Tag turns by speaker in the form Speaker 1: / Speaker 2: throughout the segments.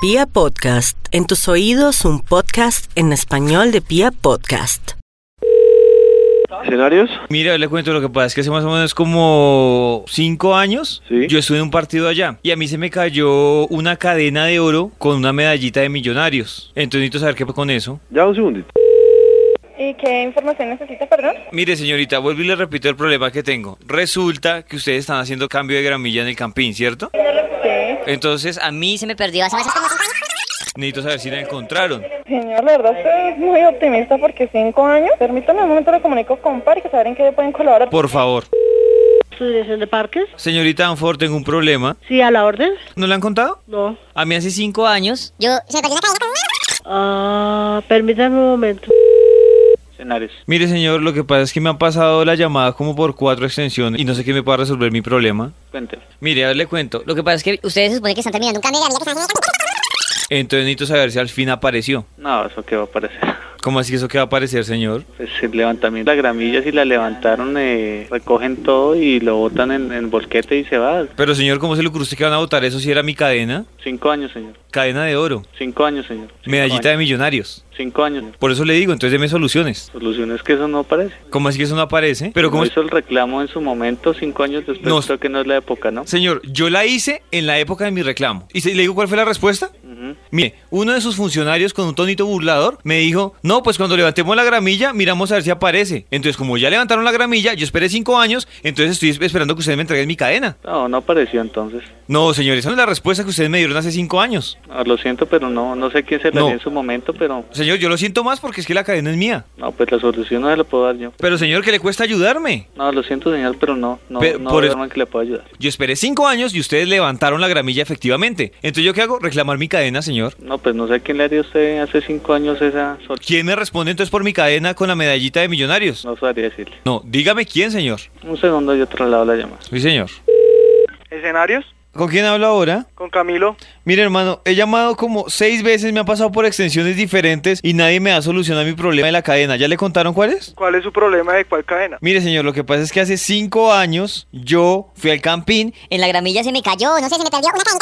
Speaker 1: Pia Podcast, en tus oídos un podcast en español de Pia Podcast.
Speaker 2: ¿Escenarios?
Speaker 3: Mira, les cuento lo que pasa, es que hace más o menos como cinco años
Speaker 2: Sí.
Speaker 3: yo estuve en un partido allá y a mí se me cayó una cadena de oro con una medallita de millonarios. Entonces necesito saber qué fue con eso.
Speaker 2: Ya un segundito.
Speaker 4: ¿Y qué información necesita, perdón?
Speaker 3: Mire, señorita, vuelvo y le repito el problema que tengo. Resulta que ustedes están haciendo cambio de gramilla en el campín, ¿cierto?
Speaker 4: Sí,
Speaker 3: Entonces a mí
Speaker 5: mí se me perdió hace más o menos
Speaker 3: necesito saber si la encontraron.
Speaker 4: señor, la verdad usted es muy optimista porque cinco años. Permítame un momento, lo comunico con Par y que saber en qué le pueden colaborar.
Speaker 3: Por favor.
Speaker 6: ¿Dirección de parques?
Speaker 3: Señorita Anford, tengo un problema.
Speaker 6: Sí, a la orden.
Speaker 3: ¿No la han contado?
Speaker 6: No.
Speaker 3: A mí hace cinco años.
Speaker 5: Yo se me perdió la cadena.
Speaker 6: Ah, permítame un momento.
Speaker 2: Escenarios.
Speaker 3: Mire, señor, lo que pasa es que me han pasado la llamada como por cuatro extensiones y no sé qué me pueda resolver mi problema.
Speaker 2: Cuente.
Speaker 3: Mire, a ver, le cuento. Lo que pasa es que
Speaker 5: Ustedes se supone que están terminando un cambio de gramilla que están haciendo en el camping.
Speaker 3: entonces necesito saber si al fin apareció.
Speaker 2: No, eso que va a aparecer.
Speaker 3: ¿Cómo así que eso que va a aparecer, señor?
Speaker 2: Pues el levantamiento, la gramilla, si la levantaron, eh, recogen todo y lo botan en, en bolquete y se va.
Speaker 3: Pero, señor, ¿cómo se le ocurrió a usted que van a votar eso si era mi cadena?
Speaker 2: Cinco años, señor.
Speaker 3: Cadena de oro.
Speaker 2: Cinco años, señor. Cinco
Speaker 3: Medallita de
Speaker 2: años.
Speaker 3: millonarios.
Speaker 2: Cinco años. señor.
Speaker 3: Por eso le digo, entonces deme soluciones.
Speaker 2: Soluciones que eso no aparece.
Speaker 3: ¿Cómo así que eso no aparece? Pero, ¿cómo
Speaker 2: No
Speaker 3: es?
Speaker 2: hizo el reclamo en su momento, cinco años después,
Speaker 3: Nos-
Speaker 2: creo que no es la época, ¿no?
Speaker 3: Señor, yo la hice en la época de mi reclamo. ¿Y se- le digo cuál fue la respuesta?
Speaker 2: Ujú.
Speaker 3: Mire, uno de sus funcionarios con un tonito burlador me dijo, no, pues cuando levantemos la gramilla, miramos a ver si aparece. Entonces, como ya levantaron la gramilla, yo esperé cinco años, entonces estoy esp- esperando que ustedes me entreguen mi cadena.
Speaker 2: No, no apareció entonces.
Speaker 3: No, señor, esa no es la respuesta que ustedes me dieron hace cinco años.
Speaker 2: No, lo siento, pero no no sé quién se la
Speaker 3: No.
Speaker 2: dio en su momento, pero
Speaker 3: Señor, yo lo siento más porque es que la cadena es mía.
Speaker 2: no, pues la solución no se la puedo dar yo.
Speaker 3: Pero, señor, que le cuesta ayudarme.
Speaker 2: No, lo siento, señor, pero no, no,
Speaker 3: Pero
Speaker 2: no
Speaker 3: por
Speaker 2: hay
Speaker 3: eso-
Speaker 2: forma en que le pueda ayudar.
Speaker 3: Yo esperé cinco años y ustedes levantaron la gramilla efectivamente. Entonces, ¿yo qué hago? Reclamar mi cadena, señor.
Speaker 2: No, pues no sé quién le haría a usted hace cinco años esa sol-
Speaker 3: ¿Quién me responde entonces por mi cadena con la medallita de millonarios?
Speaker 2: No sabría decirle.
Speaker 3: No, dígame quién, señor.
Speaker 2: Un segundo, yo traslado la llamada.
Speaker 3: Sí, señor.
Speaker 7: escenarios
Speaker 3: ¿Con quién hablo ahora?
Speaker 7: con Camilo.
Speaker 3: Mire, hermano, he llamado como seis veces, me ha pasado por extensiones diferentes y nadie me ha solucionado mi problema de la cadena. ¿Ya le contaron cuál es?
Speaker 7: ¿Cuál es su problema de cuál cadena?
Speaker 3: Mire, señor, lo que pasa es que hace cinco años yo fui al campín,
Speaker 5: En la gramilla se me cayó, no sé, se me perdió una cadena.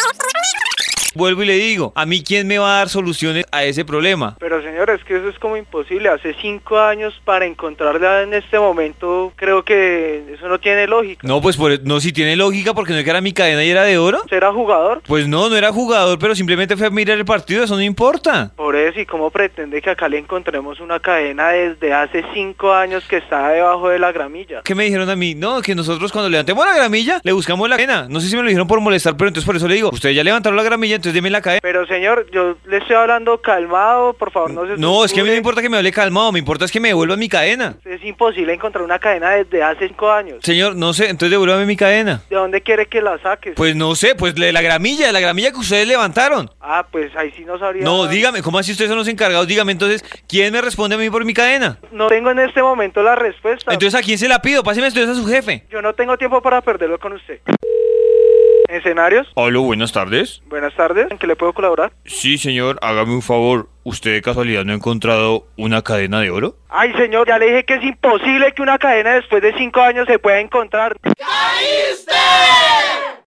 Speaker 3: vuelvo y le digo, ¿a mí quién me va a dar soluciones a ese problema?
Speaker 7: Pero señor, es que eso es como imposible. Hace cinco años para encontrarla en este momento, creo que eso no tiene lógica.
Speaker 3: No, pues por- no, si tiene lógica, porque no es que era mi cadena y era de oro.
Speaker 7: ¿Usted era jugador?
Speaker 3: Pues no, no era jugador, pero simplemente fue a mirar el partido, eso no importa.
Speaker 7: Por eso, ¿y cómo pretende que acá le encontremos una cadena desde hace cinco años que está debajo de la gramilla?
Speaker 3: ¿Qué me dijeron a mí? No, que nosotros cuando levantemos la gramilla, le buscamos la cadena. No sé si me lo dijeron por molestar, pero entonces por eso le digo, ustedes ya levantaron la gramilla, entonces deme la cadena.
Speaker 7: Pero señor, yo le estoy hablando calmado, por favor, no se
Speaker 3: No, es que a mí no me
Speaker 7: sulfure.
Speaker 3: importa que me hable calmado, me importa es que me devuelvan mi cadena.
Speaker 7: Es imposible encontrar una cadena desde hace cinco años.
Speaker 3: Señor, no sé, entonces devuélvame mi cadena.
Speaker 7: ¿De dónde quiere que la saques?
Speaker 3: Pues no sé, pues de la gramilla, de la gramilla que ustedes levantaron.
Speaker 7: Ah, pues ahí sí no sabría.
Speaker 3: No,
Speaker 7: nada.
Speaker 3: dígame, ¿cómo así ustedes son los encargados? Dígame entonces, ¿quién me responde a mí por mi cadena?
Speaker 7: No tengo en este momento la respuesta.
Speaker 3: Entonces, ¿a quién se la pido? Páseme entonces a su jefe.
Speaker 7: Yo no tengo tiempo para perderlo con usted. Escenarios,
Speaker 3: Hola, buenas tardes.
Speaker 7: buenas tardes. ¿En qué le puedo colaborar?
Speaker 3: Sí, señor, hágame un favor. ¿Usted de casualidad no ha encontrado una cadena de oro?
Speaker 7: Ay, señor, ya le dije que es imposible que una cadena después de cinco años se pueda encontrar.